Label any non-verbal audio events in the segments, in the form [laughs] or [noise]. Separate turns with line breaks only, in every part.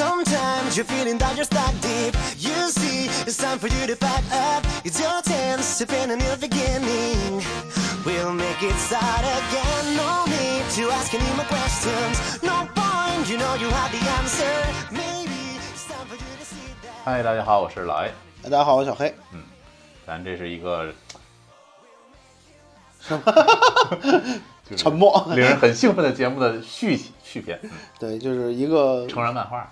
Sometimes you're feeling that you're stuck deep. You see, it's time for you to pack up. It's your chance to paint a new beginning. We'll make it start again. No need to ask any more questions. No point, you know you have the answer. Maybe it's time for you to see that.
嗨，大家好，我是老 A，
大家好，我是小黑。
咱这是一个什么
沉默
令人很兴奋的节目的续续篇，嗯
[laughs] 对，就是一个
成人漫画。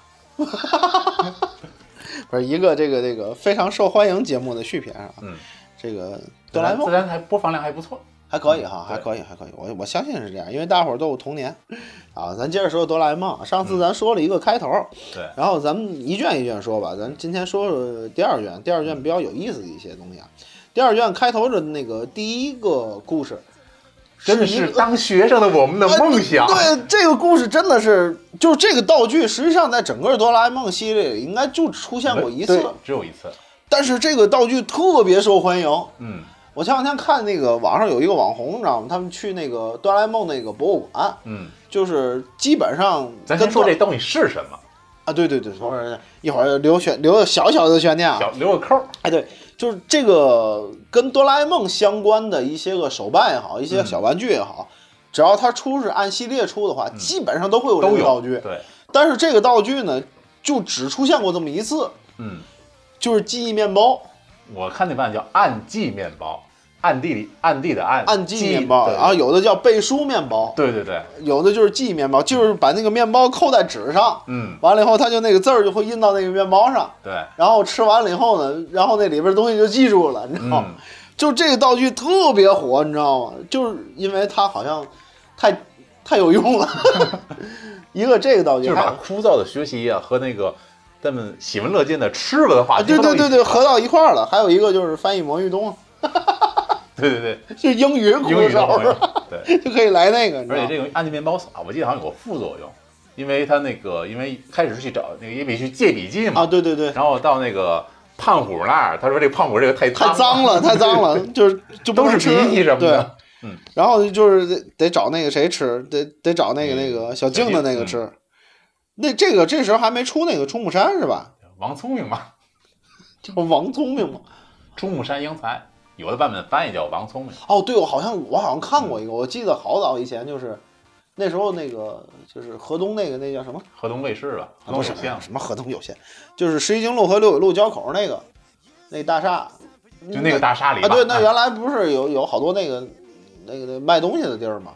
不是一个这个这个非常受欢迎节目的续篇啊。
嗯，
这个哆啦 A
自
梦
然还播放量还不错。
还可以哈，
对
还可以，还可以。我我相信是这样，因为大伙儿都有童年 [laughs] 啊。咱接着说哆啦 A 梦啊，上次咱说了一个开头，
对，
然后咱们一卷一卷说吧。咱今天说说第二卷，第二卷比较有意思的一些东西啊。第二卷开头的那个第一个故事，
真的
是一
是
个
当学生的我们的梦想。
呃啊对这个故事真的是，就是这个道具，实际上在整个哆啦 A 梦系列里应该就出现过一次
对，只有一次。
但是这个道具特别受欢迎。
嗯
我前两天看那个网上有一个网红，你知道吗？他们去那个哆啦 A 梦那个博物馆，
嗯，
就是基本上
咱
跟
先说
哆
这东西是什么，
啊，对对对，不是一会儿留悬留个小小的悬念啊
小，留个扣儿。
哎对，就是这个跟哆啦 A 梦相关的一些个手办也好，一
嗯
些小玩具也好，只要它出是按系列出的话，基本上都会有这
嗯都
个
有
道具。
对，
但是这个道具呢，就只出现过这么一次，
嗯，
就是记忆面包。
我看那版叫暗记面包，暗地里暗地的暗，
按记忆面包，啊
对
然后有的叫背书面包，
对对对，
有的就是记忆面包，就是把那个面包扣在纸上，
嗯，
完了以后它就那个字儿就会印到那个面包上，
对，
然后吃完了以后呢，然后那里边东西就记住了，你知道吗？
嗯，
就这个道具特别火，你知道吗？就是因为它好像太太有用了， [laughs] 一个这个道具，
就是
还
把枯燥的学习啊和那个咱们喜闻乐见的吃文化
啊，
结
对
合
对
到
对
一
对，合到一块儿了。还有一个就是翻译魔芋冬，啊
对对对，
就英语 [laughs] 口
英语
手
的朋友对，
就可以来那个，你知
而
道
且
吗？
这个暗记面包啊，我记得好像有个副作用，因为他那个因为开始是去找那个也比去借笔记嘛，
啊，对对对，
然后到那个胖虎那儿，他说这胖虎这个太
太脏
了，
了，太
[laughs]
脏了，就是就不
啊都是
能吃
鼻涕什么
对，
的，嗯，
然后就是得得找那个谁吃，得得找那个那个小静的那个
小
吃。那这个这时候还没出那个出木山是吧？
王聪明嘛，
叫王聪明吗？
中木山英才，有的版本翻译叫王聪明，
哦，对，我好像我好像看过一个，我记得好早以前就是那时候那个就是河东那个那叫什么？
河东卫视吧，河
不
东
啊是
有线，
什么河东有线，就是十一经路和六纬路交口那个那大厦，
就那个大沙里吧
啊，对，那原来不是有有好多那个那个那卖东西的地儿吗？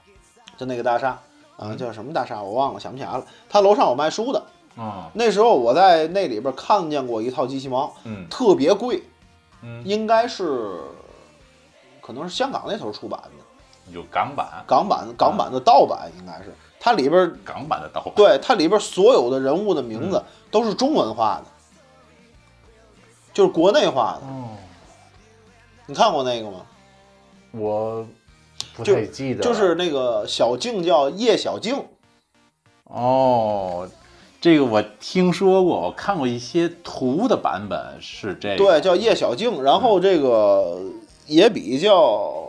就那个大厦啊，叫什么大厦我忘了，想不起来了。他楼上有卖书的，
嗯
那时候我在那里边看见过一套机器猫，
嗯
特别贵，
嗯，
应该是可能是香港那头出版的，
有港版，
港版港版的盗版应该是。它里边
港版的盗版，
对它里边所有的人物的名字都是中文化的，就是国内化的。
哦，
你看过那个吗？
我不
就
太记得了，
就是那个小静叫叶小静，
哦，这个我听说过，我看过一些图的版本是这个，
对，叫叶小静。然
嗯
后这个野比叫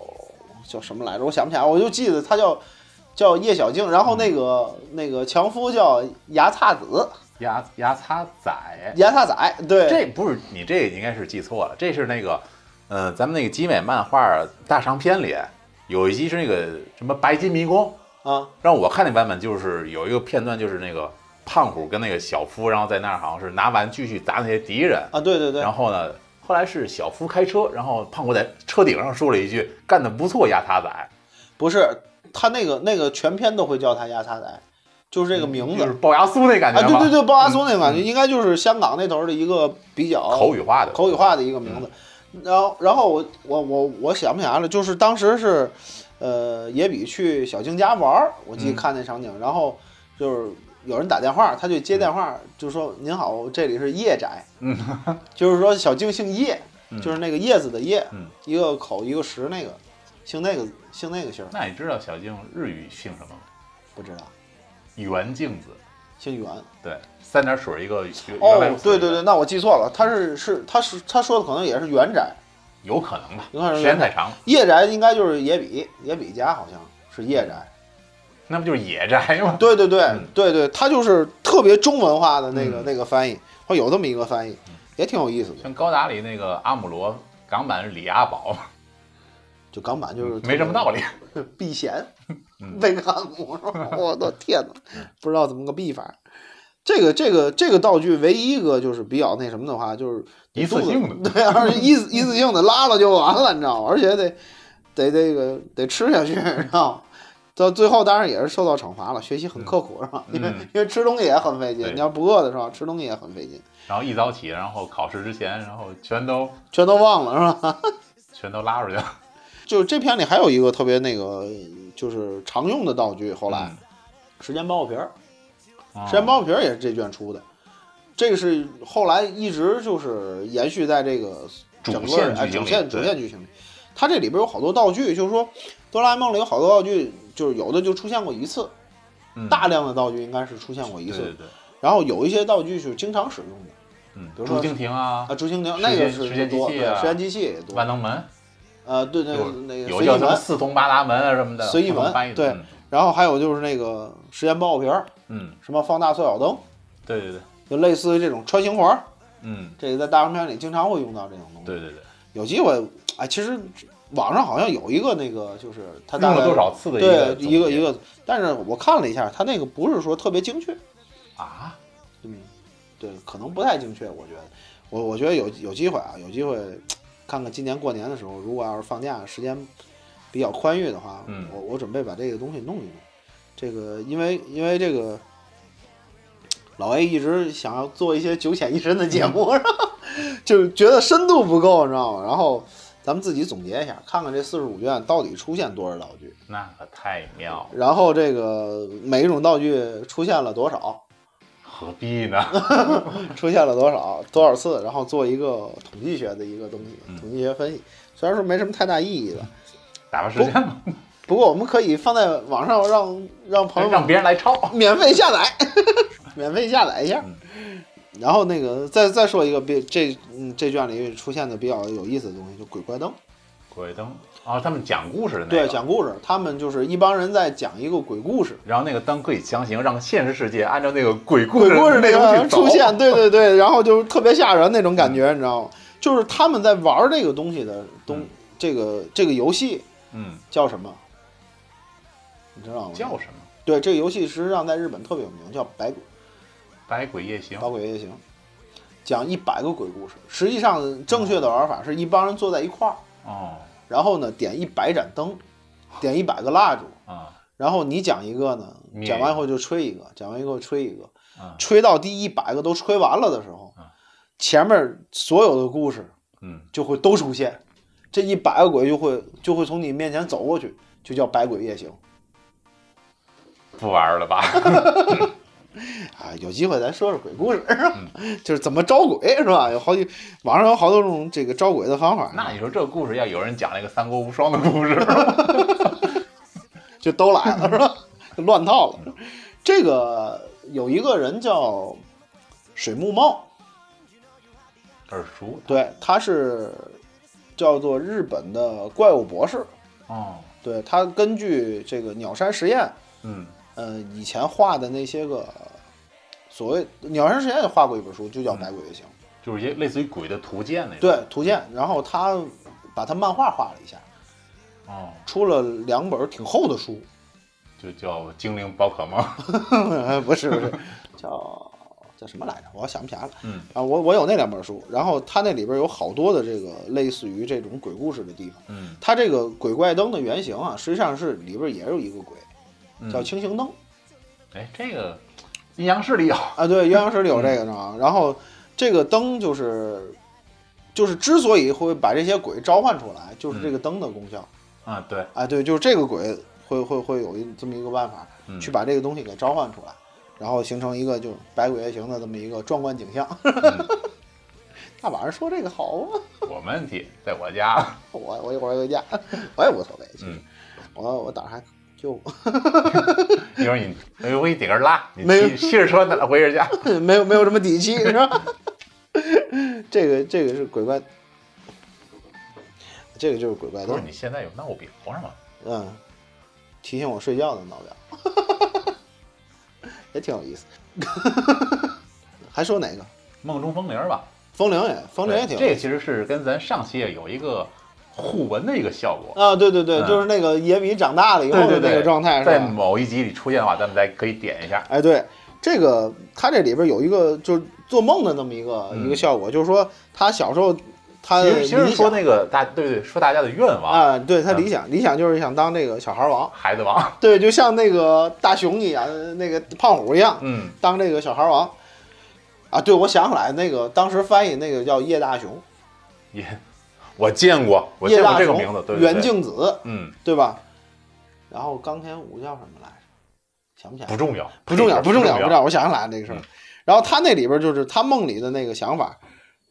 叫什么来着？我想不起来，我就记得他叫叫叶小静。然后
嗯
那个、那个强夫叫牙擦子，
牙牙擦仔，
牙擦仔。对，
这不是你这应该是记错了，这是那个，呃，咱们那个集美漫画大长篇里有一集是那个什么白金迷宫，
啊，
让我看那版本就是有一个片段就是那个胖虎跟那个小夫，然后在那儿好像是拿玩具去砸那些敌人，
啊，对对对
然后呢。后来是小夫开车，然后胖虎在车顶上说了一句：“干得不错，牙擦仔。”
不是他那个那个全篇都会叫他牙擦仔，就是这个名字。
嗯就是龅牙苏那感觉
啊，
吗？
对对对，鲍亚松那个感觉，应该就是香港那头的一个比较
嗯口语化的
口语化的一个名字。然后，然后我我我我想不起来了，就是当时是，呃，野比去小静家玩儿，我记
嗯
得看那场景，然后就是有人打电话，他就接电话，就说：“您好，这里是叶宅。”
嗯，
就是说小静姓叶，就是那个叶子的叶，
嗯
一个口一个石那个，姓那个姓那个姓儿，
那你知道小静日语姓什么吗？
不知道，
原镜子，
姓袁。
对，三点水一个原
哦
原来如，此
对对对，，那我记错了，他是是他是他说的可能也是原宅，
有可能吧，
有可能
时间太长了。
叶宅应该就是野比，野比家好像是叶宅，
那不就是野宅吗？
对对对、
嗯
对对，它就是特别中文化的那个、那个翻译，会有这么一个翻译，也挺有意思的。
像高达里那个阿姆罗，港版是李阿宝，
就港版就是
嗯没什么道理。
避嫌，被看过，我
嗯
的天呐，不知道怎么个避法。这个这个这个道具唯一一个就是比较那什么的话，就是
一次性
的，对，而且一次一次性的拉了就完了，你知道吗？而且得得这个得吃下去，你知道吗？到最后当然也是受到惩罚了，学习很刻苦是吧？因为
嗯
因为吃东西也很费劲，
对
你要不饿的时候吃东西也很费劲，
然后一早起，然后考试之前，然后全都
全都忘了是吧？ [laughs]
全都拉出去了。
就这片里还有一个特别那个，就是常用的道具，后来
嗯
时间包袱皮儿，
嗯
时间包袱皮儿也是这卷出的，这个是后来一直就是延续在这个
主
整个
线
哎
剧情
主
里
线
对
主线剧情里，它这里边有好多道具，就是说哆啦 A 梦里有好多道具，就是有的就出现过一次，
嗯
大量的道具应该是出现过一
对
次
对，对，
然后有一些道具是经常使用的
嗯，
比如说
竹蜻蜓啊
啊，，竹蜻蜓
时间
那个是
时间机
多，
器
对
啊
时间机器也多
万，能门，
呃，对对
有
那个
有
随
叫
意
什么
门，
四通八达门啊什么的，
随意门
不同翻译的嗯
对，然后还有就是那个时间包袱皮儿，
嗯，嗯
什么放大缩小灯，
对对对，
就类似于这种穿行环儿，
嗯，
这个在大长篇里经常会用到这种东西。
对对对，
有机会，哎，其实网上好像有一个那个，就是他
用
大概
了多少次的
对
一
一
个
个
总结
一个，但是我看了一下，他那个不是说特别精确，
啊，
嗯，对，可能不太精确，我觉得，我我觉得有有机会啊，有机会看看今年过年的时候，如果要是放假时间比较宽裕的话，
嗯
我我准备把这个东西弄一弄，这个因为因为这个。老 A 一直想要做一些九浅一深的节目，然后 [laughs] 就是觉得深度不够，你知道吗？然后咱们自己总结一下，看看这四十五卷到底出现多少道具，
那可太妙了，
然后这个每一种道具出现了多少，
何必呢？
[laughs] 出现了多少多少次，然后做一个统计学的一个东
嗯
西，统计学分析。虽然说没什么太大意义吧，
打发时间嘛，
不过我们可以放在网上让让朋友们
哎让别人来抄。
[laughs] 免费下载，免费下载一下。
嗯
然后那个再再说一个比这嗯这卷里出现的比较有意思的东西，就鬼怪灯。
鬼灯啊，他们讲故事的那个，
对，讲故事，他们就是一帮人在讲一个鬼故事，
然后那个灯可以强行让现实世界按照那个鬼故
鬼
事
故事
内
那
容
个
去走
出
[laughs]
现，对对对，然后就是特别吓人那种感觉，你知道吗？就是他们在玩这个东西的东
嗯，
这个这个游戏
嗯，
叫什么？你知道吗？
叫什么？
对，这个游戏实际上在日本特别有名，叫《百鬼哦
百鬼夜行
百。鬼夜行》，讲一百个鬼故事。实际上，正确的玩法是一帮人坐在一块儿，
哦，
然后呢点一百盏灯，点一百个蜡烛，
啊，
然后你讲一个呢，
灭
讲完以后就吹一个，讲完以后吹一个，
嗯
吹到第一百个都吹完了的时候
嗯，
前面所有的故事
嗯，
[laughs] 就会都出现，这一百个鬼就会就会从你面前走过去，就叫百鬼夜行。
不玩了吧？
啊，有机会咱说说鬼故事，是吧？就是怎么招鬼，是吧？有好几网上有好多种这个招鬼的方法，
[laughs] 那你说这故事要有人讲那个三国无双的故事，
就都来了，是吧？ [laughs] 就乱套了。这个有一个人叫水木茂，
耳熟
对，他是叫做日本的怪物博士，
哦，
对他根据这个鸟山实验，
嗯，
呃，以前画的那些个所谓鸟山实验也画过一本书，就叫《百鬼夜行》。
就是一些类似于鬼的图鉴那种。
对，图鉴，然后他把他漫画画了一下，
哦，
出了两本挺厚的书， [laughs]
就叫精灵宝可梦。
不是不是，叫叫什么来着？我想不起来了。
嗯
啊，我我有那两本书，然后它那里边有好多的这个类似于这种鬼故事的地方。
嗯
它这个鬼怪灯的原型啊，实际上是里边也有一个鬼，叫清形灯、
哎，这个阴阳师里有。
啊。对，鸳鸯石里有这个呢。然后这个灯就是就是之所以会把这些鬼召唤出来，就是这个灯的功效。
啊，对，
啊，对，就是这个鬼会会会有一这么一个办法，
嗯
去把这个东西给召唤出来，然后形成一个就是百鬼夜行的这么一个壮观景象。
嗯
[laughs] 大晚上说这个好啊，
我问题在我家。
我我一会儿回家，我也无所谓，其实、
嗯
我我打算就 [laughs]
一会儿你，一会儿我给你顶根拉，你
没有
骑骑着车哪回人家？
没有没有什么底气，是吧？ [laughs] 这个这个是鬼怪，这个就是鬼怪
不
灯
是，你现在有闹表是吗？
嗯，提醒我睡觉的闹表。 [laughs] 也挺有意思。 [laughs] 还说哪个？
梦中风铃吧，
风铃也，风铃也
对
挺有
这
意
个
思
其实是跟咱上期也有一个互文的一个效果。
啊！对对对，
嗯
就是那个野比长大了以后
对
的
对对，
那个状态，是
在
吧？
某一集里出现的话，咱们再可以点一下。
哎，对，这个他这里边有一个就是做梦的那么一个、
嗯
一个效果，就是说他小时候他
其实其实
理
说
呃想
那个大对对，说大家的愿望，
啊，对他
嗯
理想、理想就是想当那个小孩王，
孩子王，
对，就像那个大熊一样，那个胖虎一样，
嗯，
当这个小孩王。啊，对，我想起来，那个当时翻译那个叫叶大熊，
也我见过，我
叶
见过
大
这个
熊，
名字，对对
袁
对，
静子，
嗯，
对吧？然后冈田武叫什么来着？想不起来
不。重要，
不重要，
不
不重要，不重要。我想起来了这个事儿
嗯。
然后他那里边就是他梦里的那个想法，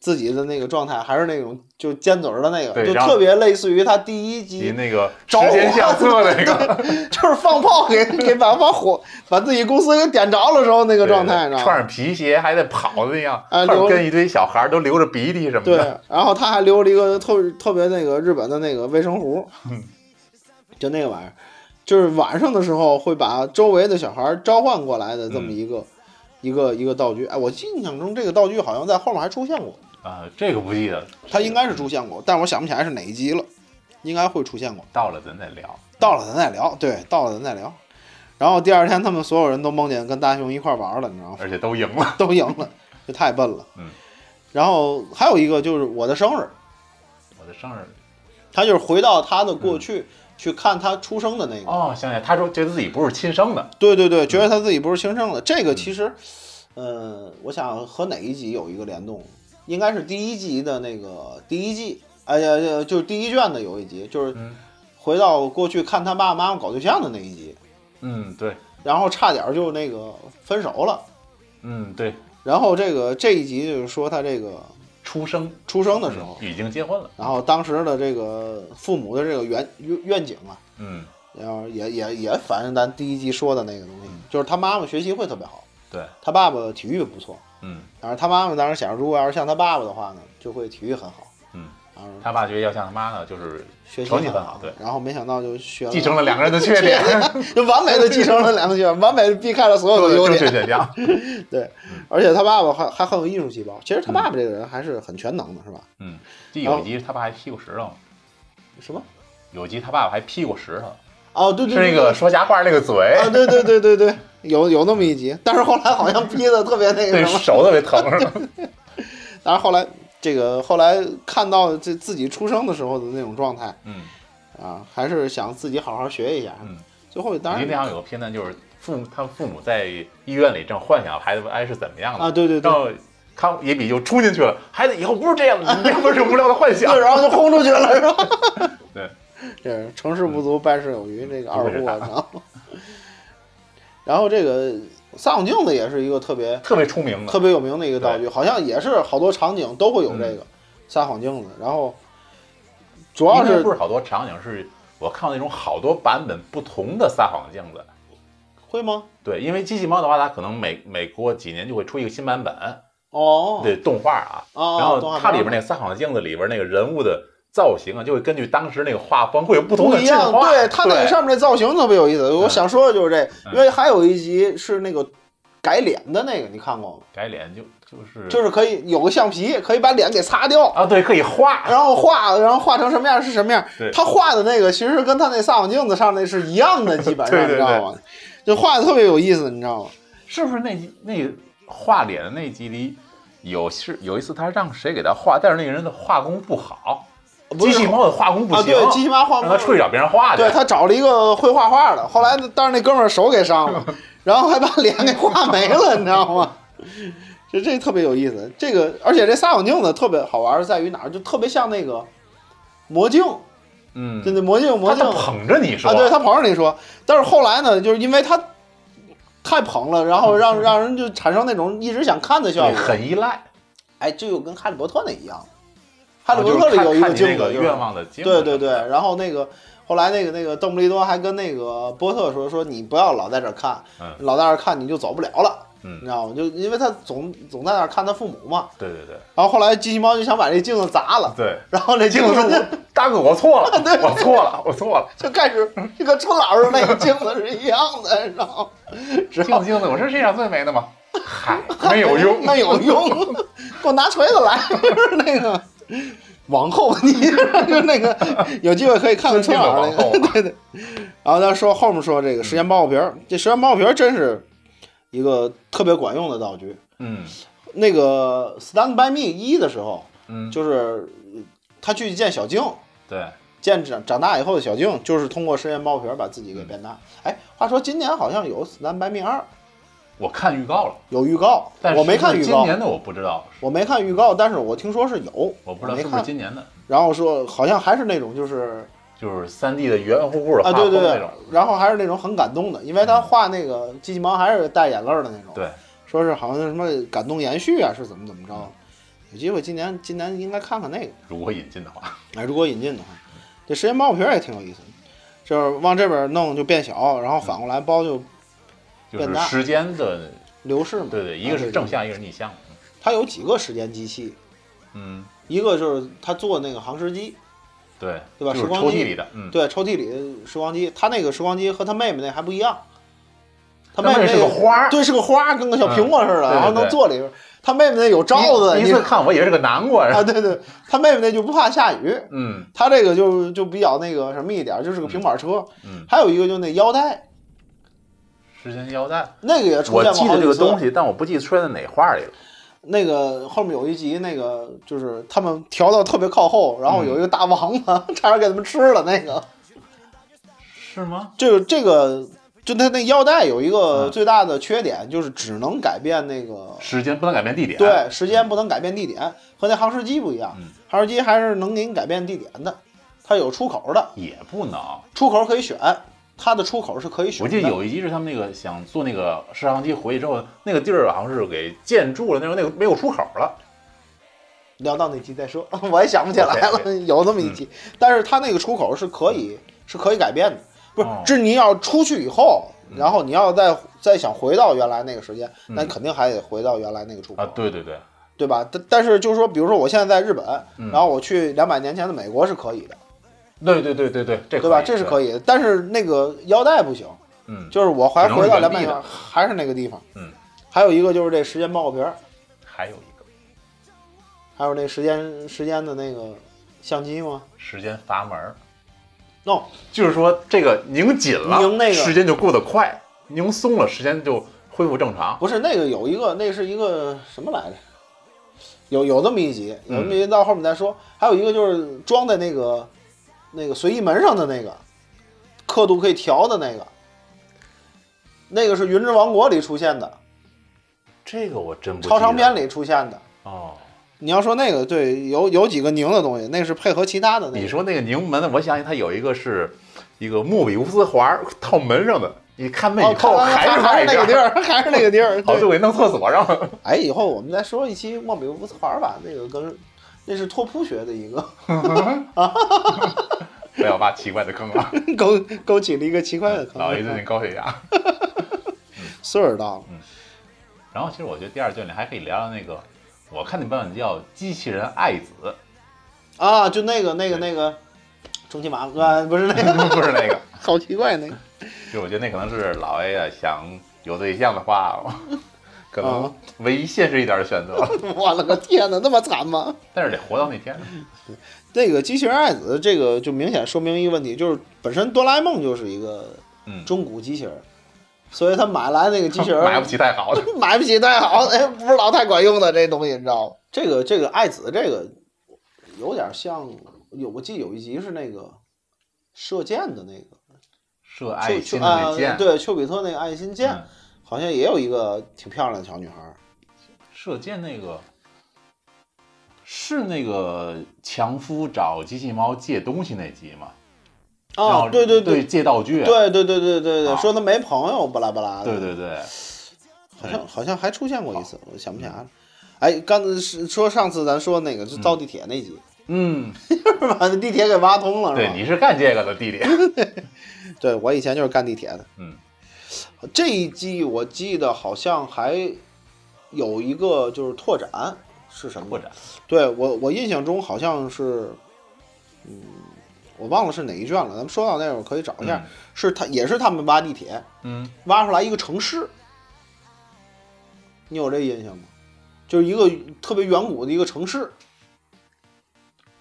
自己的那个状态还是那种就尖嘴儿的那个，
对
就
然后
特别类似于他第一
你
集，
那个时
着火
间
[laughs]
相册那个
就是放炮给 [laughs] 给把把火把自己公司给点着了时候那个状态，你
对对
知道
穿
吗？
上皮鞋还在跑的那样，
啊
快
流
跟一堆小孩儿都流着鼻涕什么
对
的，，
然后他还留了一个特别特别那个日本的那个卫生壶，就那个玩意儿，就是晚上的时候会把周围的小孩儿召唤过来的这么一个、一个一个道具。哎，我印象中这个道具好像在后面还出现过。
啊，这个不记得，
它应该是出现过，但是我想不起来是哪一集了，应该会出现过。
到了咱再聊。
到了咱再聊，对，到了咱再聊。然后第二天，他们所有人都梦见跟大雄一块玩了，你知道吗？ [laughs]
而且都赢了。 [laughs]
都赢了，这太笨了。
嗯。
然后还有一个就是我的生日，
我的生日
他就是回到他的过去、去看他出生的那个。
哦，想起来，他说觉得自己不是亲生的，
对对对，觉得他自己不是亲生的。这个其实，呃，我想和哪一集有一个联动，应该是第一集的那个第一季，哎呀，呃就是第一卷的有一集，就是
嗯
回到过去看他爸爸妈妈搞对象的那一集，
嗯，对，
然后差点就那个分手了。
嗯对，
然后这个这一集就是说他这个
出生嗯
出生的时候，
已经结婚了，
然后当时的这个父母的这个愿愿愿景啊，
嗯，
然后也也也反映咱第一集说的那个东
嗯
西，就是他妈妈学习会特别好，
对，
他爸爸体育不错。
嗯
然后他妈妈当时想，如果要是像他爸爸的话呢，就会体育很好，
嗯，
然后
他爸觉得要像他妈呢，就是
学习
成绩
很
很好，对，
然后没想到就学了
继承了两个人的缺点，
[laughs] 就完美的继承了两个缺点，完美的避开了所有的优
正
点
确。选
[laughs]
项，
对，而且他爸爸还还很有艺术细胞。其实他爸爸这个人还是很全能的，是吧？
嗯，这有一集他爸还劈过石头，
什么？
有一集他爸爸还劈过石头，
哦，对对
是
对，
那个说瞎话那个嘴，
啊，对对对对对，有有那么一集，但是后来好像逼的特别 [laughs] 那
对
个什么，
手特别疼是吧？
但是后来这个后来看到这自己出生的时候的那种状态
嗯，
啊，还是想自己好好学一下。
嗯，
最后当
一定
然
要有个片段就是父母他父母在医院里正幻想孩子哎该是怎么样的
啊，对对对
然。后康也比就冲进去了，孩子以后不是这样的，你别不是无聊的幻想
对，。然后就轰出去了，是吧？
[laughs] 对，
这是成事不足，败事有余，这个二
不
货，
是
你
他
知道吗？ [laughs] 然后这个撒谎镜子也是一个特别
特别出名的
特，别有名的一个道具，好像也是好多场景都会有
嗯
这个撒谎镜子。然后主要
应
是
该不是好多场景是我看过那种好多版本不同的撒谎镜子。
会吗？
对，因为机器猫的话，它可能每每过几年就会出一个新版本，
哦，
对动画啊。
哦
然
动
后
画
它里
片
边那个撒谎镜子里边那个人物的造型啊，就会根据当时那个画风会有不同
不
的
一
进
样，
化。对，
它那个上面那造型特别有意思。我
嗯
想说的就是这，
嗯
因为还有一集是那个改脸的那个，你看过吗？
改脸就就是
就是可以有个橡皮，可以把脸给擦掉，
啊，对，可以画。
然后画，然后画成什么样是什么样
对。
他画的那个其实跟他那撒谎镜子上那是一样的，基本上
对对
你知道吗？就画的特别有意思，你知道吗？
是不是那集那画脸的那集里有是有一次他让谁给他画，但是那个人的画工不好，
不
机
是
器猫的画工不
啊，
行，
对，机器猫画
让他出去找别人画去
对。他找了一个会画画的，后来但是那哥们儿手给
[laughs]
伤了，然后还把脸给画没了，你知道吗？这这特别有意思，这个而且这撒谎镜子特别好玩儿在于哪儿，就特别像那个魔镜，
嗯，
就那魔镜魔
他
镜
他捧着你说，
啊，对他朋友你说，但是后来呢，就是因为他太捧了，然后
[laughs]
让让人就产生那种一直想看的效
对
果，
很依赖。
哎，这就跟哈利波特那一样，哈利
我就
波
是
特里
看
有一
看
个
你
镜
那
子，
个
就是
愿望的镜
对
子，
对对，然后那个后来那个那个邓布利多还跟那个波特说说你不要老在这儿看，
嗯
老在这儿看你就走不了了。
嗯
你知道吗？就因为他总总在那儿看他父母嘛，
对对对
然后后来机器猫就想把这镜子砸了，
对，
然后那
镜子说
就
我大哥我错了，我错了，我错了，
就开始就跟春老师那个镜子是一样的，你知道吗？只
镜子镜子，我是世界上最美的吗？嗨，没有用，
没有用，给我拿锤子来， [laughs] 就是那个。往后你 [laughs] 就是那个有机会可以看看春老师
尊敬
那
的往后
个，对对。然后他说后面说这个时间包袱皮儿，
嗯
这时间包袱皮儿真是一个特别管用的道具。
嗯
那个《Stand by Me》一的时候，
嗯，
就是他去见小静，
对，
见长长大以后的小静，就是通过实验包皮儿把自己给变
嗯
大。哎，话说今年好像有《Stand by Me》二，
我看预告了，
有预告，
但是
我没看预
今
告，
年的我不知道，
我没看预告，但是我听说是有，
我
我
不知道
没
是不是
看。
今年的，
然后说好像还是那种就是
就是三 D 的圆圆乎乎的画
啊，对
风
对
那
对
种，，
然后还是那种很感动的，因为他画那个机器猫还是带眼泪儿的那种，
对，
说是好像什么感动延续啊，是怎么怎么着。
嗯
有机会今年今年应该看看那个。
如果引进的话，
哎，如果引进的话，这时间包皮儿也挺有意思的，就是往这边弄就变小，然后反过来包就
就
变
是
大
时间的，
流逝嘛。
对对，一
啊
个是正，向，一个是逆向，
对它有几个时间机器，
嗯，
一个就是他做那个航时机，
对，
对吧
就
时
是
光
抽
机
屉里的，嗯，
对，抽屉里的时光机，他那个时光机和他妹妹那还不一样，他妹
妹妹
妹那
是个花儿，
对，是个花儿，跟个小苹果似的，
嗯对对
然后能坐里边儿。他妹妹那有罩子，
第一
你
第一次看我以为是个南瓜，然
啊，
后
对对，他妹妹那就不怕下雨，
嗯
他这个就就比较那个什么一点儿，就是个平板车。
嗯，
还有一个就那腰带，
时间腰带，
那个也出
我
现过
记
好
得
几
这个
次。
东西，但我不记得出现在哪画里了，
那个后面有一集，那个就是他们调到特别靠后，然后有一个大王八、 [laughs] 差点给他们吃了。那个
是吗？
就是这个，就他那腰带有一个
嗯
最大的缺点，就是只能改变那个
时间不能改变地点，
对时间，不能改变地点，和那航时机不一样
嗯。
航时机还是能给你改变地点的，它有出口的，
也不能。
出口可以选，它的出口是可以选
我
的。
记得有一集是他们那个想坐那个摄像机回去之后，那个地儿好像是给建住了，那个那个没有出口了。
聊到那集再说， [laughs] 我也想不起来了
OK，OK 嗯
有那么一集，但是它那个出口是可以是可以改变的，不是
哦，嗯
这你要出去以后，然后你要再再想回到原来那个时间，那肯定还得回到原来那个出口，
啊，对对对，
对吧？但但是就是说，比如说我现在在日本，
嗯
然后我去两百年前的美国是可以的，
对对对对对，这
对吧？这是可
以，
以的，但是那个腰带不行，
嗯，
就是我还回到
只能
两
是
百
原地的
年还是那个地方，
嗯，
还有一个就是这时间报告皮儿，
还有一个
还有那时间时间的那个相机吗
时间阀门儿，
？no。
就是说这个拧紧了，
拧那个
时间就过得快，拧松了时间就恢复正常。
不是那个有一个，那是一个什么来着？有有这么一集，有这么一集
嗯
到后面再说。还有一个就是装在那个那个随意门上的那个，刻度可以调的那个，那个是《云之王国》里出现的，
这个我真不记得
超长篇里出现的。
哦。
你要说那个对，有有几个拧的东西，那是配合其他的那
你
个。哦
说那个拧门，我想起它有一个是一个莫比乌斯环儿套门上的，你看那
哦，
以后
看
还是
还还是那个地
儿，
儿，还是那个地儿。
[laughs] 好
对
就给弄厕所上了。 [laughs]
哎，以后我们再说一期莫比乌斯环吧，那个跟那是拓扑学的一个。
不要挖奇怪的坑啊！
[laughs] 勾勾起了一个奇怪的可能。
老爷最近高血压。
岁数到了，
嗯然后其实我觉得第二卷里还可以聊聊那个，我看那标题叫《机器人爱子》， [laughs]
啊，就那个那个那个充气娃娃啊， [laughs] 不是那个，
不是那个，
好奇怪那个。
就我觉得那可能是老 A 啊想有对象的话，可
啊
能唯一现实一点的选择，
[laughs] 我了个天哪，那么
[laughs]
惨吗？
但是得活到那天。
这个机器人爱子，这个就明显说明一个问题，就是本身哆啦 A 梦就是一个
嗯，
中古机器人，所以他买来那个机器
[laughs]
人
买不起太好的，
[laughs] 买不起太好， [laughs] 哎，不是老太管用的这东西，你知道吗？这个这个爱子这个有点像有，我记得有一集是那个射箭的那个
射爱
丘
心
丘
的那
啊，
箭，
对，丘比特那个爱心箭，
嗯
好像也有一个挺漂亮的小女孩儿。
射箭那个是那个强夫找机器猫借东西那集吗？
啊，
要
对对
对，
对，
借道具，
对对对对对对，
啊
说她没朋友，巴拉巴拉的。
对，对对，
好像好像还出现过一次，我想不起来了。哎，刚才是说上次咱说那个就造地铁那集，
嗯，
把那 [laughs] 地铁给挖通了，是
对，
吧？
你是干这个的弟弟，
对，我以前就是干地铁的。
嗯，
这一季我记得好像还有一个就是拓展是什么？
拓展。
对我我印象中好像是，嗯，我忘了是哪一卷了。咱们说到那会儿可以找一下，是他也是他们挖地铁
嗯，
挖出来一个城市，你有这印象吗？就是一个特别远古的一个城市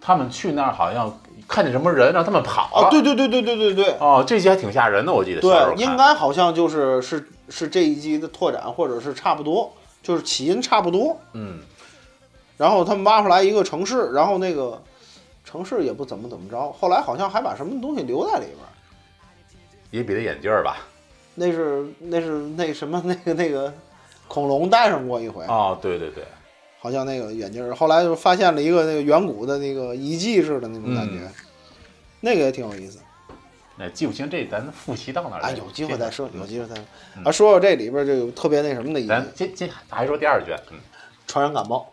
他们去那儿好像看见什么人，让他们跑了。
啊！对对对对对对对，
哦，这集还挺吓人的，我记得小时候
对，
看
应该好像就是是是这一季的拓展，或者是差不多，就是起因差不多。
嗯，
然后他们挖出来一个城市，然后那个城市也不怎么怎么着，后来好像还把什么东西留在里边儿。
也比他眼镜儿吧。
那是那是那什么那个那个恐龙戴上过一回，
哦，对对对，
好像那个眼镜儿，后来就发现了一个那个远古的那个遗迹似的那种感觉，
嗯
那个也挺有意思。
那记不清这咱复习到哪儿了？
啊，有机会再说，有机会再说。
哎嗯
啊，说说这里边儿就有特别那什么的一集，
咱今今还说第二卷，嗯，
传染感冒。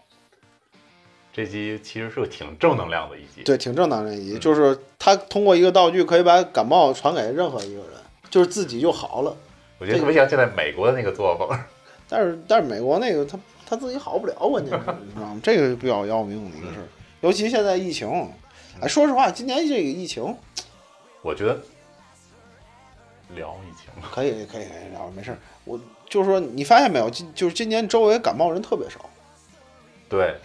这集其实是个挺正能量的一集。
对，挺正当的
嗯
一集，就是他通过一个道具可以把感冒传给任何一个人，就是自己就好了。
我觉得特别像现在美国的那个作风。
但是但是美国那个他他自己好不了，关键是你知道吗？这个比较要命的一个事儿，尤其现在疫情。哎，说实话，今年这个疫情
我觉得聊疫情吧，
可以可以可以聊，没事儿。我就是说，你发现没有，今就是今年周围感冒人特别少，
对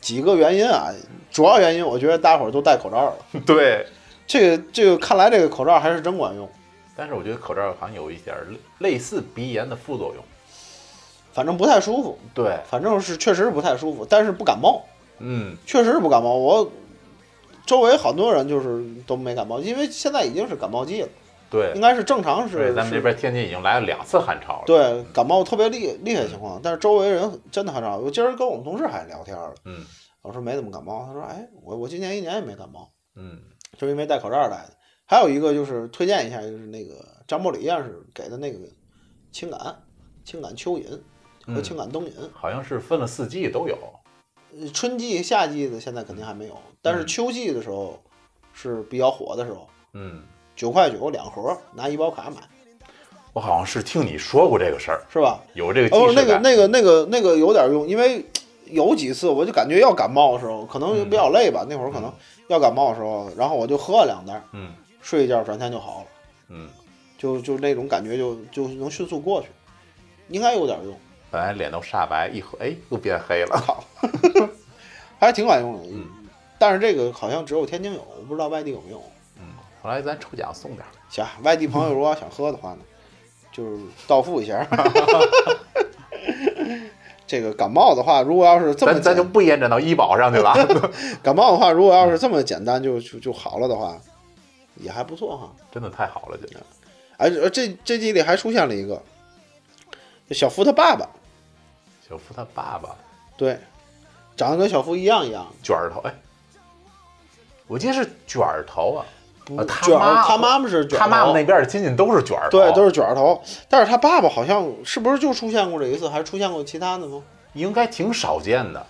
几个原因啊，主要原因我觉得大伙儿都戴口罩了。
[laughs] 对，
这个这个看来这个口罩还是真管用，
但是我觉得口罩好像有一点儿类类似鼻炎的副作用。
反正不太舒服，
对，
反正是确实是不太舒服，但是不感冒。
嗯，
确实是不感冒。我周围好多人就是都没感冒，因为现在已经是感冒季了，
对
应，该是正常
所
是
以咱们这
是
边天津已经来了两次寒潮了。，
对感冒特别厉厉害情况，
嗯
但是周围人真的很少。我今儿跟我们同事还聊天了，
嗯
我说没怎么感冒，他说哎，我我今年一年也没感冒，
嗯，
就因为戴口罩来的。还有一个就是推荐一下，就是那个张伯礼院士给的那个清感清感蚯蚓和
嗯
清感冬蚓，
好像是分了四季都有。
呃春季、夏季的现在肯定还没有，但是
嗯
秋季的时候是比较火的时候。
嗯，
九块九两盒，拿医保卡买，
我好像是听你说过这个事儿，
是吧？
有这个
哦，
既
那
视
个
感。
那个那个那个有点用，因为有几次我就感觉要感冒的时候，可能
嗯
比较累吧，那会儿可能要感冒的时候，然后我就喝了两袋，
嗯
睡一觉，转天就好了，
嗯，
就就那种感觉就就能迅速过去，应该有点用，
本来脸都煞白，一喝哎又变黑了。
靠，还挺管用的。
嗯
但是这个好像只有天津有，我不知道外地有没有。
嗯，后来咱抽奖送点儿。
行，外地朋友如果要想喝的话呢，就是到付一下。 [laughs] 这个感冒的话，如果要是这么
咱咱就
简
不延展到医保上去了。 [laughs]
感冒的话，如果要是这么简单就就就好了的话，也还不错哈。
真的太好了，就
哎，呃这这集里还出现了一个就小夫他爸爸，
小夫他爸爸
对，长得跟小夫一样一样，
卷儿头，哎，我记得是卷儿头啊，啊他
卷儿
妈
他妈妈是卷儿
他妈妈
头
那边的亲戚都是卷儿头，
对，都
是
是卷儿头，但是他爸爸好像是不是就出现过这一次，还是出现过其他的吗？
应该挺少见的。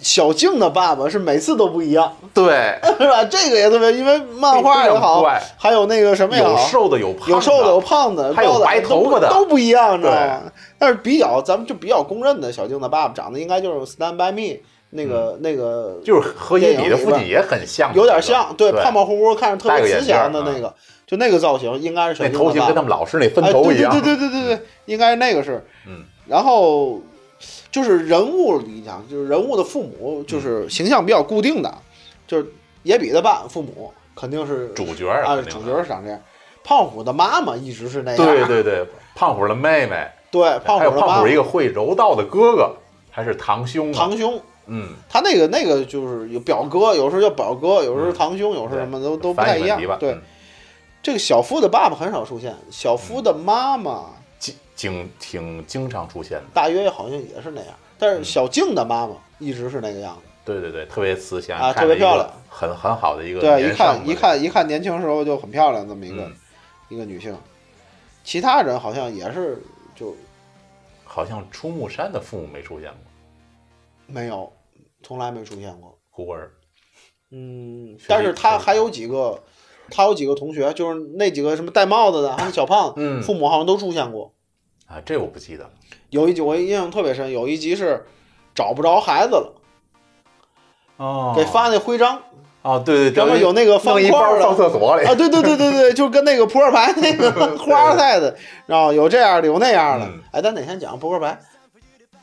小静的爸爸是每次都不一样， [laughs]
对，
是吧？这个也特别，因为漫画也好
非常怪，
还有那个什么也好
有，瘦的有胖的，
有瘦的有胖的，
还有
高的
白头发的
都不都不一样，你知道吗？但是比较，咱们就比较公认的小静的爸爸长得应该就是《Stand by Me》那个、那个，
嗯就是和野里的父
电影
亲也很像，
有点像，
对，
胖胖乎乎，看着特
戴个
别
眼
慈祥的
镜儿嗯
那个，就那个造型应该是小
那
静的
头型
爸
跟
爸
他们老师那分头一样。
哎对对对对对对，应该是那个是。
嗯，
然后就是人物里讲，就是人物的父母就是形象比较固定的，就是野比的爸父母肯定是
[laughs] 主角
啊，
肯定
主
的
角是长这样。胖虎的妈妈一直是那样，
对对对，胖虎的妹妹，
对，胖
还有
虎的
哎胖
妈
虎一
妈
个会柔道的哥哥，还是堂兄啊，
堂兄，
嗯，
他那个那个就是有表哥，有时候叫表哥，有时
嗯
候堂兄，有时候什么都都不太
翻译
一
问
样
题吧，。
对
嗯，
这个小夫的爸爸很少出现，小夫的妈妈
经经挺经常出现的。
大约好像也是那样，但
嗯
是小静的妈妈一直是那个样子。
对对对，特别慈祥
啊
看着
特别漂
一
亮
个很很好的一个
对，一
年上的
看一看一看，年轻时候就很漂亮，这么一个、
嗯
一个女性。其他人好像也是就
好像出木山的父母没出现过，
没有，从来没出现过。
孤儿，
嗯，
是
但是他
是
还有几个，他有几个同学，就是那几个什么戴帽子的，还有小胖子，
嗯
父母好像都出现过。
啊，这我不记得了。
有一集我印象特别深，有一集是找不着孩子了，
哦
给发那徽章
哦，对对，
然后有那个放
放一
块儿
包
的
放厕所里
[laughs] 啊，对对对对对，就跟那个扑克牌那个
[laughs]
花赛的，然后有这样的，有那样的
嗯。
哎，咱哪天讲扑克牌？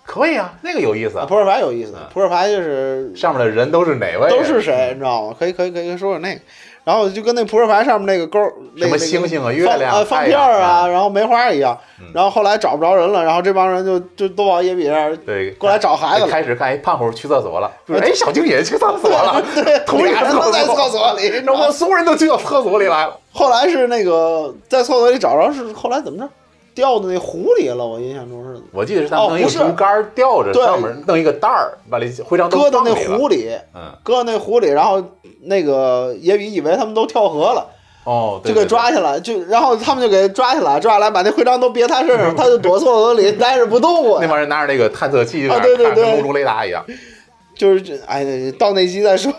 可以啊，那个有意思
啊，，扑克牌有意思
嗯，
扑克牌就是
上面的人都是哪位？啊
都是谁，你知道吗？可以可以可以说说那个，然后就跟那扑克牌上面那个勾儿，那
什么
那个
星星啊、月
放
亮
啊、放
太
片
阳
儿啊，，然后梅花一样
嗯。
然后后来找不着人了，然后这帮人就就都往野比那儿
对，
过来找孩子了。
开始看，哎，胖虎去厕所了，就是哎，小静也去厕所
[laughs]
了， [laughs] 同一
俩人都在厕所
[laughs]
里
然后所有人都聚到厕所里来了。
后来是那个在厕所里找着，是后来怎么着掉到那湖里了？我印象中是
我记得是他们
哦
弄一个
不是
竹竿吊着，
对
上面弄一个袋儿，把那徽章都
搁到那
放里了
湖。里，
嗯，
搁到那湖里，然后那个野比以为他们都跳河了，
哦，对
就给。抓起来，就然后他们就给抓起来，抓起来把那徽章都别他身上，他就躲厕所里 [laughs] 待着不动
对对那
啊。
帮人拿着那个探测器，
啊对对
看着跟
对
空中雷达一样。
就是这，哎，到那集再说，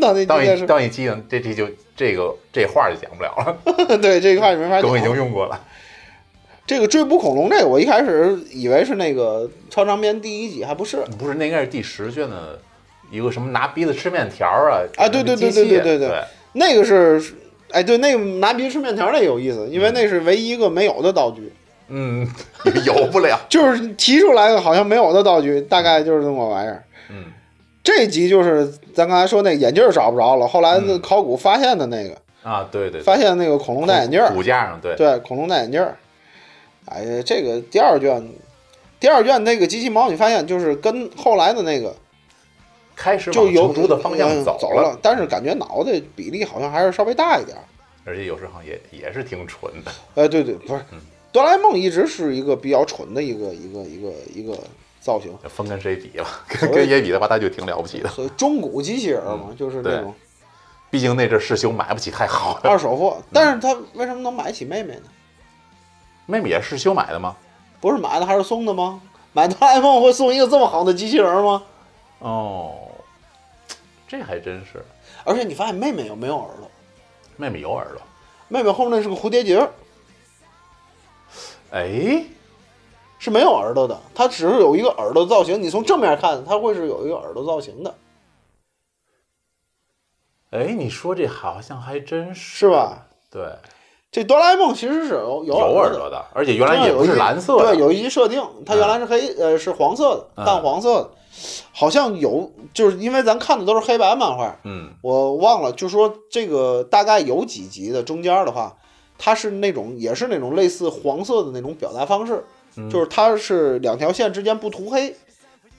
到那集
到
再
你
[laughs] 说。
到你记得这题就这个这话就讲不了
[laughs]
了，
对，这一块你没法
梗已经
讲。
用过了。
哦这个追捕恐龙这个，我一开始以为是那个超长篇第一集，还不是。
不是，那应该是第十卷的一个什么拿鼻子吃面条啊？
啊对对
机
对
器
对
对
对对对那个是，哎，对，那个拿鼻子吃面条那有意思，因为那是唯一一个没有的道具，
嗯，有不了。
就是提出来的好像没有的道具，大概就是这么玩意儿。
嗯，
这集就是咱刚才说那眼镜儿找不着了，后来那
嗯
考古发现的那个，
啊，对对，对
发现那个恐龙戴眼镜儿，
骨架上对，
对，恐龙戴眼镜儿。哎呀，这个第二卷，第二卷那个机器猫，你发现就是跟后来的那个
开始
就
往
有
成熟的方向
嗯
走
走了，但是感觉脑袋比例好像还是稍微大一点儿。
而且有时候也也是挺蠢的。
哎，对对，不是
嗯，
哆啦 A 梦一直是一个比较蠢的一个一个一个一个造型，
分跟谁比
[laughs]
吧，
所
跟
以
跟野比的话，他就挺了不起的。
所以中古机器人儿嘛，就是那
嗯对
种
毕竟那阵儿世修买不起太好嗯的，
二手货。但是他为什么能买起妹妹呢？
[laughs] 妹妹也是世修买的吗？
不是买的还是送的吗？买哆啦 A 梦会送一个这么好的机器人儿吗？
哦，这还真是，
而且你发现妹妹有没有耳朵？
妹妹有耳朵。
妹妹后面是个蝴蝶结儿，
哎，
是没有耳朵的，它只是有一个耳朵造型。你从正面看，它会是有一个耳朵造型的，
哎，你说这好像还真是
是？吧？
对，
这哆啦 A 梦其实是有有
有
耳
耳
朵的
朵，的，而且原来也不是蓝色的。
对，有一集设定，它原来是黑，呃，是黄色的，
嗯
淡黄色的，好像有，就是因为咱看的都是黑白漫画，
嗯，
我忘了，就说这个大概有几集的中间的话，它是那种也是那种类似黄色的那种表达方式，
嗯
就是它是两条线之间不涂黑，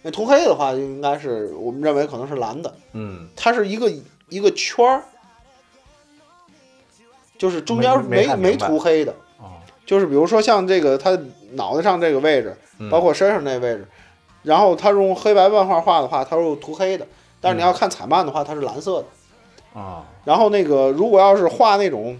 那涂黑的话就应该是我们认为可能是蓝的，
嗯，
它是一个一个圈儿，就是中间
没没
没
看
没
明白
涂黑的，
哦，
就是比如说像这个他脑袋上这个位置，
嗯
包括身上那位置，然后他用黑白漫画画的话，它是涂黑的，
嗯
但是你要看彩漫的话，它是蓝色的。
啊，
然后那个如果要是画那种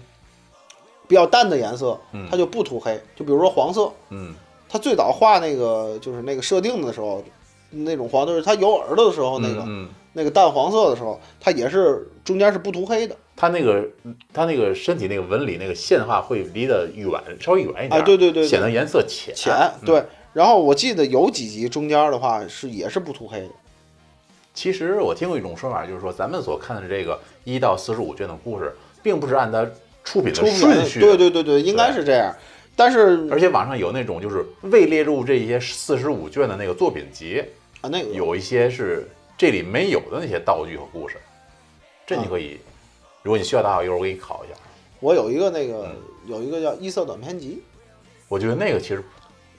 比较淡的颜色，
嗯
它就不涂黑，就比如说黄色，
嗯
他最早画那个就是那个设定的时候，那种黄就是他有耳朵的时候，那个、
嗯，嗯
那个淡黄色的时候，它也是中间是不涂黑的。
他那个他那个身体那个纹理那个线的话，会离得远，稍微远一点，
啊对对对对
显得颜色浅
浅，
嗯
对。然后我记得有几集中间的话是也是不涂黑的，
其实我听过一种说法，就是说咱们所看的这个一到四十五卷的故事，并不是按它出品的
出不来
顺
的
序，
对对对对，应该是这样。但是
而且网上有那种就是未列入这些四十五卷的那个作品集，
啊，那个
有一些是这里没有的那些道具和故事，这你可以，如果你需要的话，一会儿我给你考一下。
我有一个那个
嗯
有一个叫异色短篇集，
我觉得那个其实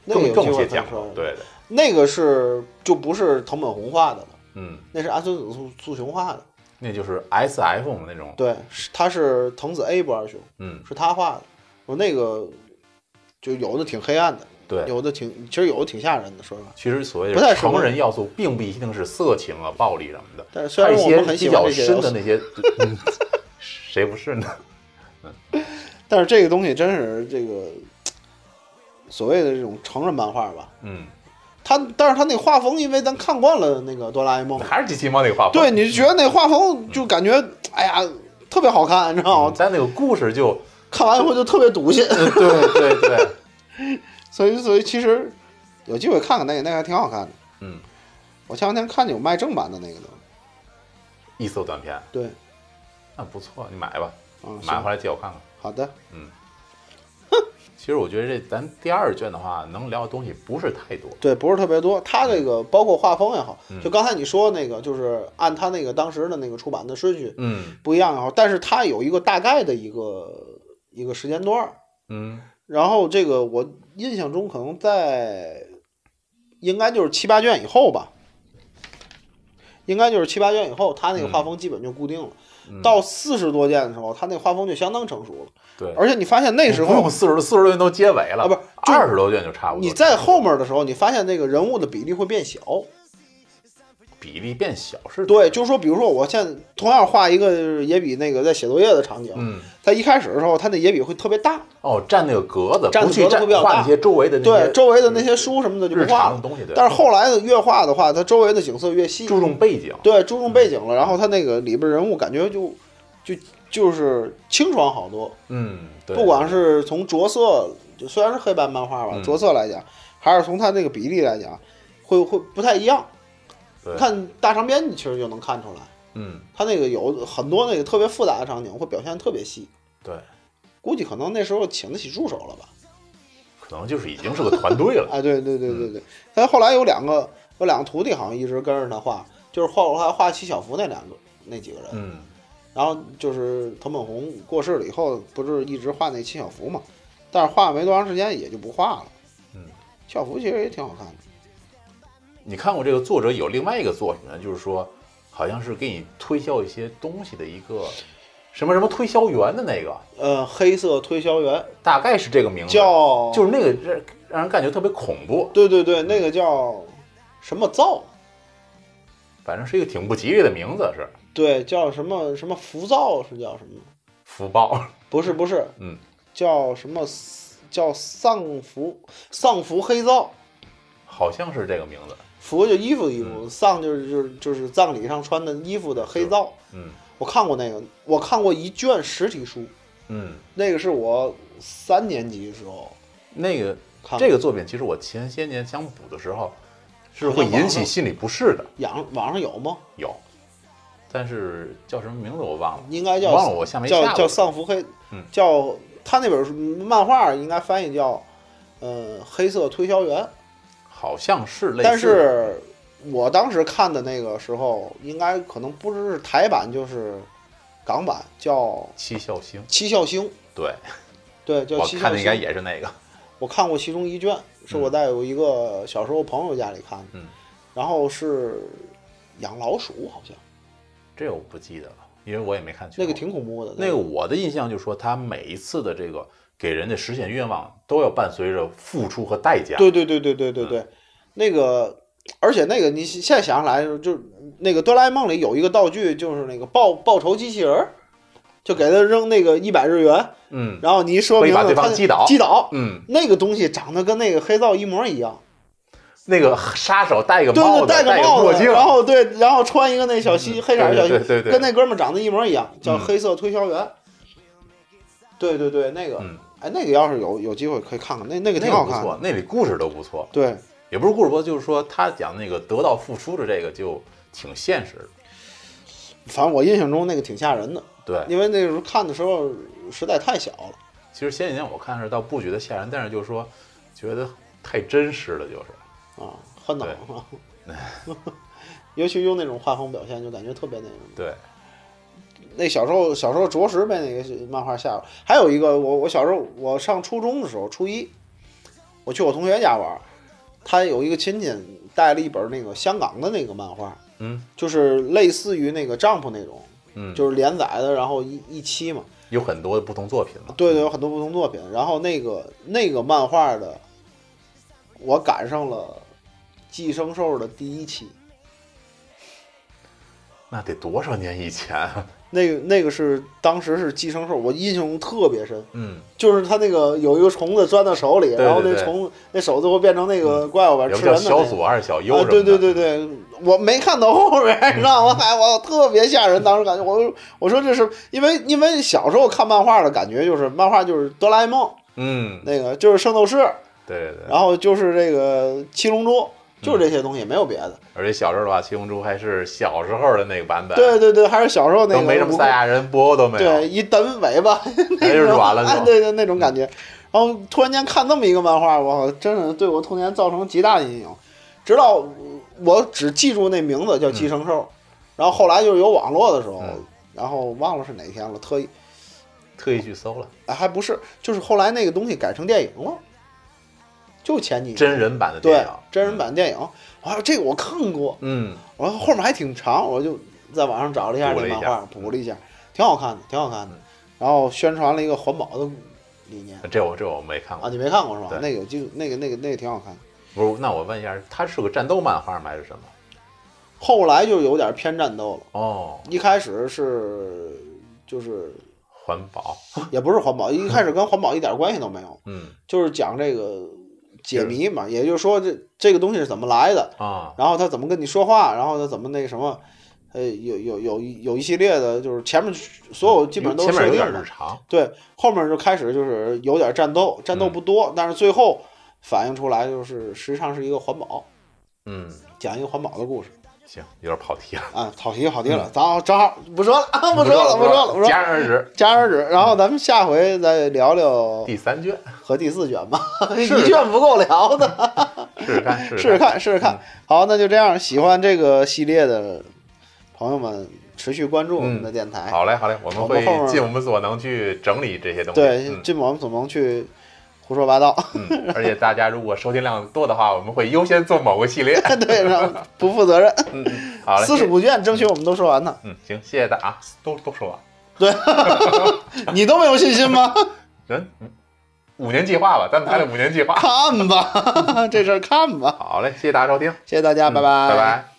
那
更
个有机
更
会
些
再
讲
说
究，。，对的，
那个是就不是藤本弘画的了，
嗯，
那是安孙子素素雄画的。
那就是 S F 那种，
对，是他是藤子 A 不二雄，
嗯，
是他画的。我那个就有的挺黑暗的，
对。
有的挺其实有的挺吓人的，说实话。
其实所谓
不太
的
熟
成人要素，并不一定是色情啊、暴力什么的，
但是虽
还
然
有一
我
些
们很喜
比
欢
较
这些
深
东
的那
西，
些， [laughs] 嗯谁不是呢？
但是这个东西真是这个所谓的这种成人漫画吧，
嗯，
他，但是他那画风，因为咱看惯了那个哆啦 A
[laughs]
梦，
还是机器猫那个画风。嗯
对，你就觉得那画风就感觉，哎呀，特别好看，你知道
哦
吗，？ [laughs]
但那个故事就，
看完以后就特别堵心，
对对对，
[laughs] 所以所以其实有机会看看那个，那个还挺好看的。
[laughs] 嗯，
我前两天看见有卖正版的那个的。
异搜短片，
对，
那不错，你买吧，
嗯，
买
行，
回来借我看看。
好的，
其实我觉得这咱第二卷的话，能聊的东西不是太多。
对，不是特别多。它这个包括画风也好，
嗯
就刚才你说那个，就是按它那个当时的那个出版的顺序
嗯
不一样也好，但是它有一个大概的一个一个时间段儿。
嗯
然后这个我印象中可能在应该就是七八卷以后吧，应该就是七八卷以后，他那个画风基本就固定了。
嗯
到四十多卷的时候，他那个画风就相当成熟了。
对，
而且你发现那时
嗯不用
候
四十四十多卷都结尾了，
啊不是就
二十多卷就差不多。
你在后面的时候，你发现那个人物的比例会变小。
比例变小是？
对，，就是说，比如说我现在同样画一个也比那个在写作业的场景，
嗯，
在一开始的时候，他那也比会特别大，
哦，占那个格子，
占的
不去
格子
占
会比较
画
大
那些周围的那
对
些
周围的那些书什么的就
日
不
常
画
的
了。
东西，对。
但是后来的越画的话，它周围的景色越细，
注重背景，
对，注重背景了，然后他那个里边人物感觉就就就是清爽好多，
嗯，对，
不管是从着色，就虽然是黑白漫画吧，
嗯
着色来讲，还是从他那个比例来讲，会会不太一样。
对
看大长篇，你其实就能看出来，
嗯，
他那个有很多那个特别复杂的场景会表现得特别细，
对，
估计可能那时候请得起助手了吧。
可能就是已经是个团队了。 [laughs]
哎，对对对对对，但后来有两个有两个徒弟好像一直跟着他画，就是画画画七小福那两个那几个人，
嗯，
然后就是藤本弘过世了以后，不是一直画那七小福嘛？但是画没多长时间也就不画了。
嗯，
七小福其实也挺好看的。
你看过这个作者有另外一个作品呢，就是说，好像是给你推销一些东西的一个什么什么推销员的那个，
呃，黑色推销员
大概是这个名字，
叫
嗯就是那个让让人感觉特别恐怖，
对对对，那个叫什么造？
反正是一个挺不吉利的名字，是
对，叫什么什么浮躁是叫什么？
福报。 [laughs]
不是不是，
嗯，
叫什么叫丧服丧服黑皂。
好像是这个名字。
服就衣服的衣
嗯
服，丧就是就是就是葬礼上穿的衣服的黑皂。
嗯
我看过那个，我看过一卷实体书，
嗯，
那个是我三年级的时候
那个
看
这个作品，其实我前些年想补的时候，是会引起心理不适的，
网网上有吗？
有。但是叫什么名字我忘了，
应该叫
忘了我下没下
叫
过
叫丧服黑，
嗯
叫他那本书漫画应该翻译叫呃黑色推销员，
好像是类似，
但是我当时看的那个时候，应该可能不知是台版就是港版，叫
七笑星，
七笑星，
对
对，叫
我
七
看
笑
的应该
星。
也是那个，
我看过其中一卷，是我在有一个小时候朋友家里看的，
嗯
然后是养老鼠，好像
这我不记得了，因为我也没看全。
那个挺恐怖的。
那个我的印象就是说，他每一次的这个给人的实现愿望，都要伴随着付出和代价。
对对对对对对对，
嗯
那个，而且那个你现在想起来，就是那个哆啦 A 梦里有一个道具，就是那个报报仇机器人儿，就给他扔那个一百日元，
嗯
然后你一说明
会把
了
对方
他就
击倒
击倒，
嗯，
那个东西长得跟那个黑皂一模一样，
那个杀手戴个
对
帽
对，
子，
戴
个
帽
墨
子，
镜，
然后对，然后穿一个那小西、
嗯
黑色儿的小西，
对对对对
跟那哥们儿长得一模一样，叫
嗯
黑色推销员。对对对，那个，
嗯
哎，那个要是有有机会可以看看，那那个
那
挺
个
好
不
看的，
错，那里故事都不错。
对。
也不是故事多，就是说他讲那个得到付出的这个就挺现实的。
反正我印象中那个挺吓人的，
对，
因为那时候看的时候实在太小了。
其实前几年我看是倒不觉得吓人，但是就是说觉得太真实了，就是
啊，很恼啊。 [laughs] 尤其用那种画风表现，就感觉特别那什么。
对，
那小时候，小时候着实被那个漫画吓着。还有一个，我我小时候我上初中的时候，初一，我去我同学家玩，他有一个亲戚带了一本那个香港的那个漫画，
嗯
就是类似于那个《丈夫》那种，
嗯，
就是连载的，然后一一期嘛。
有很多的不同作品嘛。
对对，有很多不同作品。然后那个那个漫画的，我赶上了《寄生兽》的第一期，
那得多少年以前？啊
那个那个是当时是《寄生兽》，我印象中特别深，
嗯，
就是它那个有一个虫子钻到手里，
对
然后
对
那
对
虫那手最后变成那个怪物吧，
要不
吃
叫
人的
小
那个。
左还是小右
啊
什，么的？
对对对对，我没看到后边， [laughs] 你知道吗？还我特别吓人，当时感觉我我说这是因为因为小时候看漫画的感觉就是漫画就是哆啦 A 梦，
嗯，
那个就是圣斗士，
对对嗯对，
然后就是这个七龙珠，就是这些东西，没有别的。
而且小时候的话，七龙珠还是小时候的那个版本，
对对对，还是小时候那个
都没什么
悟空
赛亚人布欧都没
对，
有，
一蹬
[laughs]
尾巴，
那就软了是
哎
吧？
对对，那种感觉。然后突然间看这么一个漫画，我真是对我童年造成极大的阴影，直到我只记住那名字叫寄生兽，然后后来就是有网络的时候，
嗯
然后忘了是哪天了，特意、
特意去搜了
哎、还不是，就是后来那个东西改成电影了，就前几年
真人版的电
对
影，
真人版电影，我说这个我看过，
嗯，
我后面还挺长，我就在网上找了一下
补
这
了一
漫
下嗯
画，补了一下，挺好看的，挺好看的。然后宣传了一个环保的理念
嗯这我这我没看
啊，
过，
你没看过是吧
对？
那个有记录，那个那个那个挺好看的。
不是？那我问一下，它是个战斗漫画吗？还是什么？
后来就有点偏战斗了，
哦，
一开始是就是
环保，
也不是环保，一开始跟环保一点关系都没有，
嗯
就是讲这个解谜嘛，也就是说这这个东西是怎么来的，
啊，
然后他怎么跟你说话，然后他怎么那个什么。呃，有有有一有一系列的，就是前面所有基本上都
因为
是
前面
设
有点
定的
日，常，
对，后面就开始就是有点战斗，战斗不多，但是最后反映出来就是实际上是一个环保，
嗯，
讲一个环保的故事
行，有点跑题了，
啊。跑题跑题了，咱好正好不说了，啊不说
了
了，不说了，不说了。
戛然而止。
戛然而止，然后咱们下回再聊聊
第三卷，
和第四卷吧，
试
[laughs] 一卷不够聊的，
试试
[laughs]
看，试
试试
试看，
看，试试看。好，那就这样，喜欢这个系列的朋友们持续关注我们的电台。
好嘞，好嘞，我
我
们
们
会
后面
尽我们所能去整理这些东西。
对，
嗯
这我们总能去胡说八道。 [laughs]
嗯， [laughs] 而且大家如果收听量多的话，我们会优先做某个
[laughs]
系列。
对，然后不负责任。
嗯，嗯好嘞，
四十五卷，争取我们都说完呢。
嗯，行，谢谢大家啊，都都说完。
对，你都没有信心吗？ [laughs]
人，嗯五年计划吧，咱们谈谈五年计划。
看吧，这事儿看吧。 [laughs]
好嘞，谢谢大家收听，
谢谢大家，
嗯拜拜。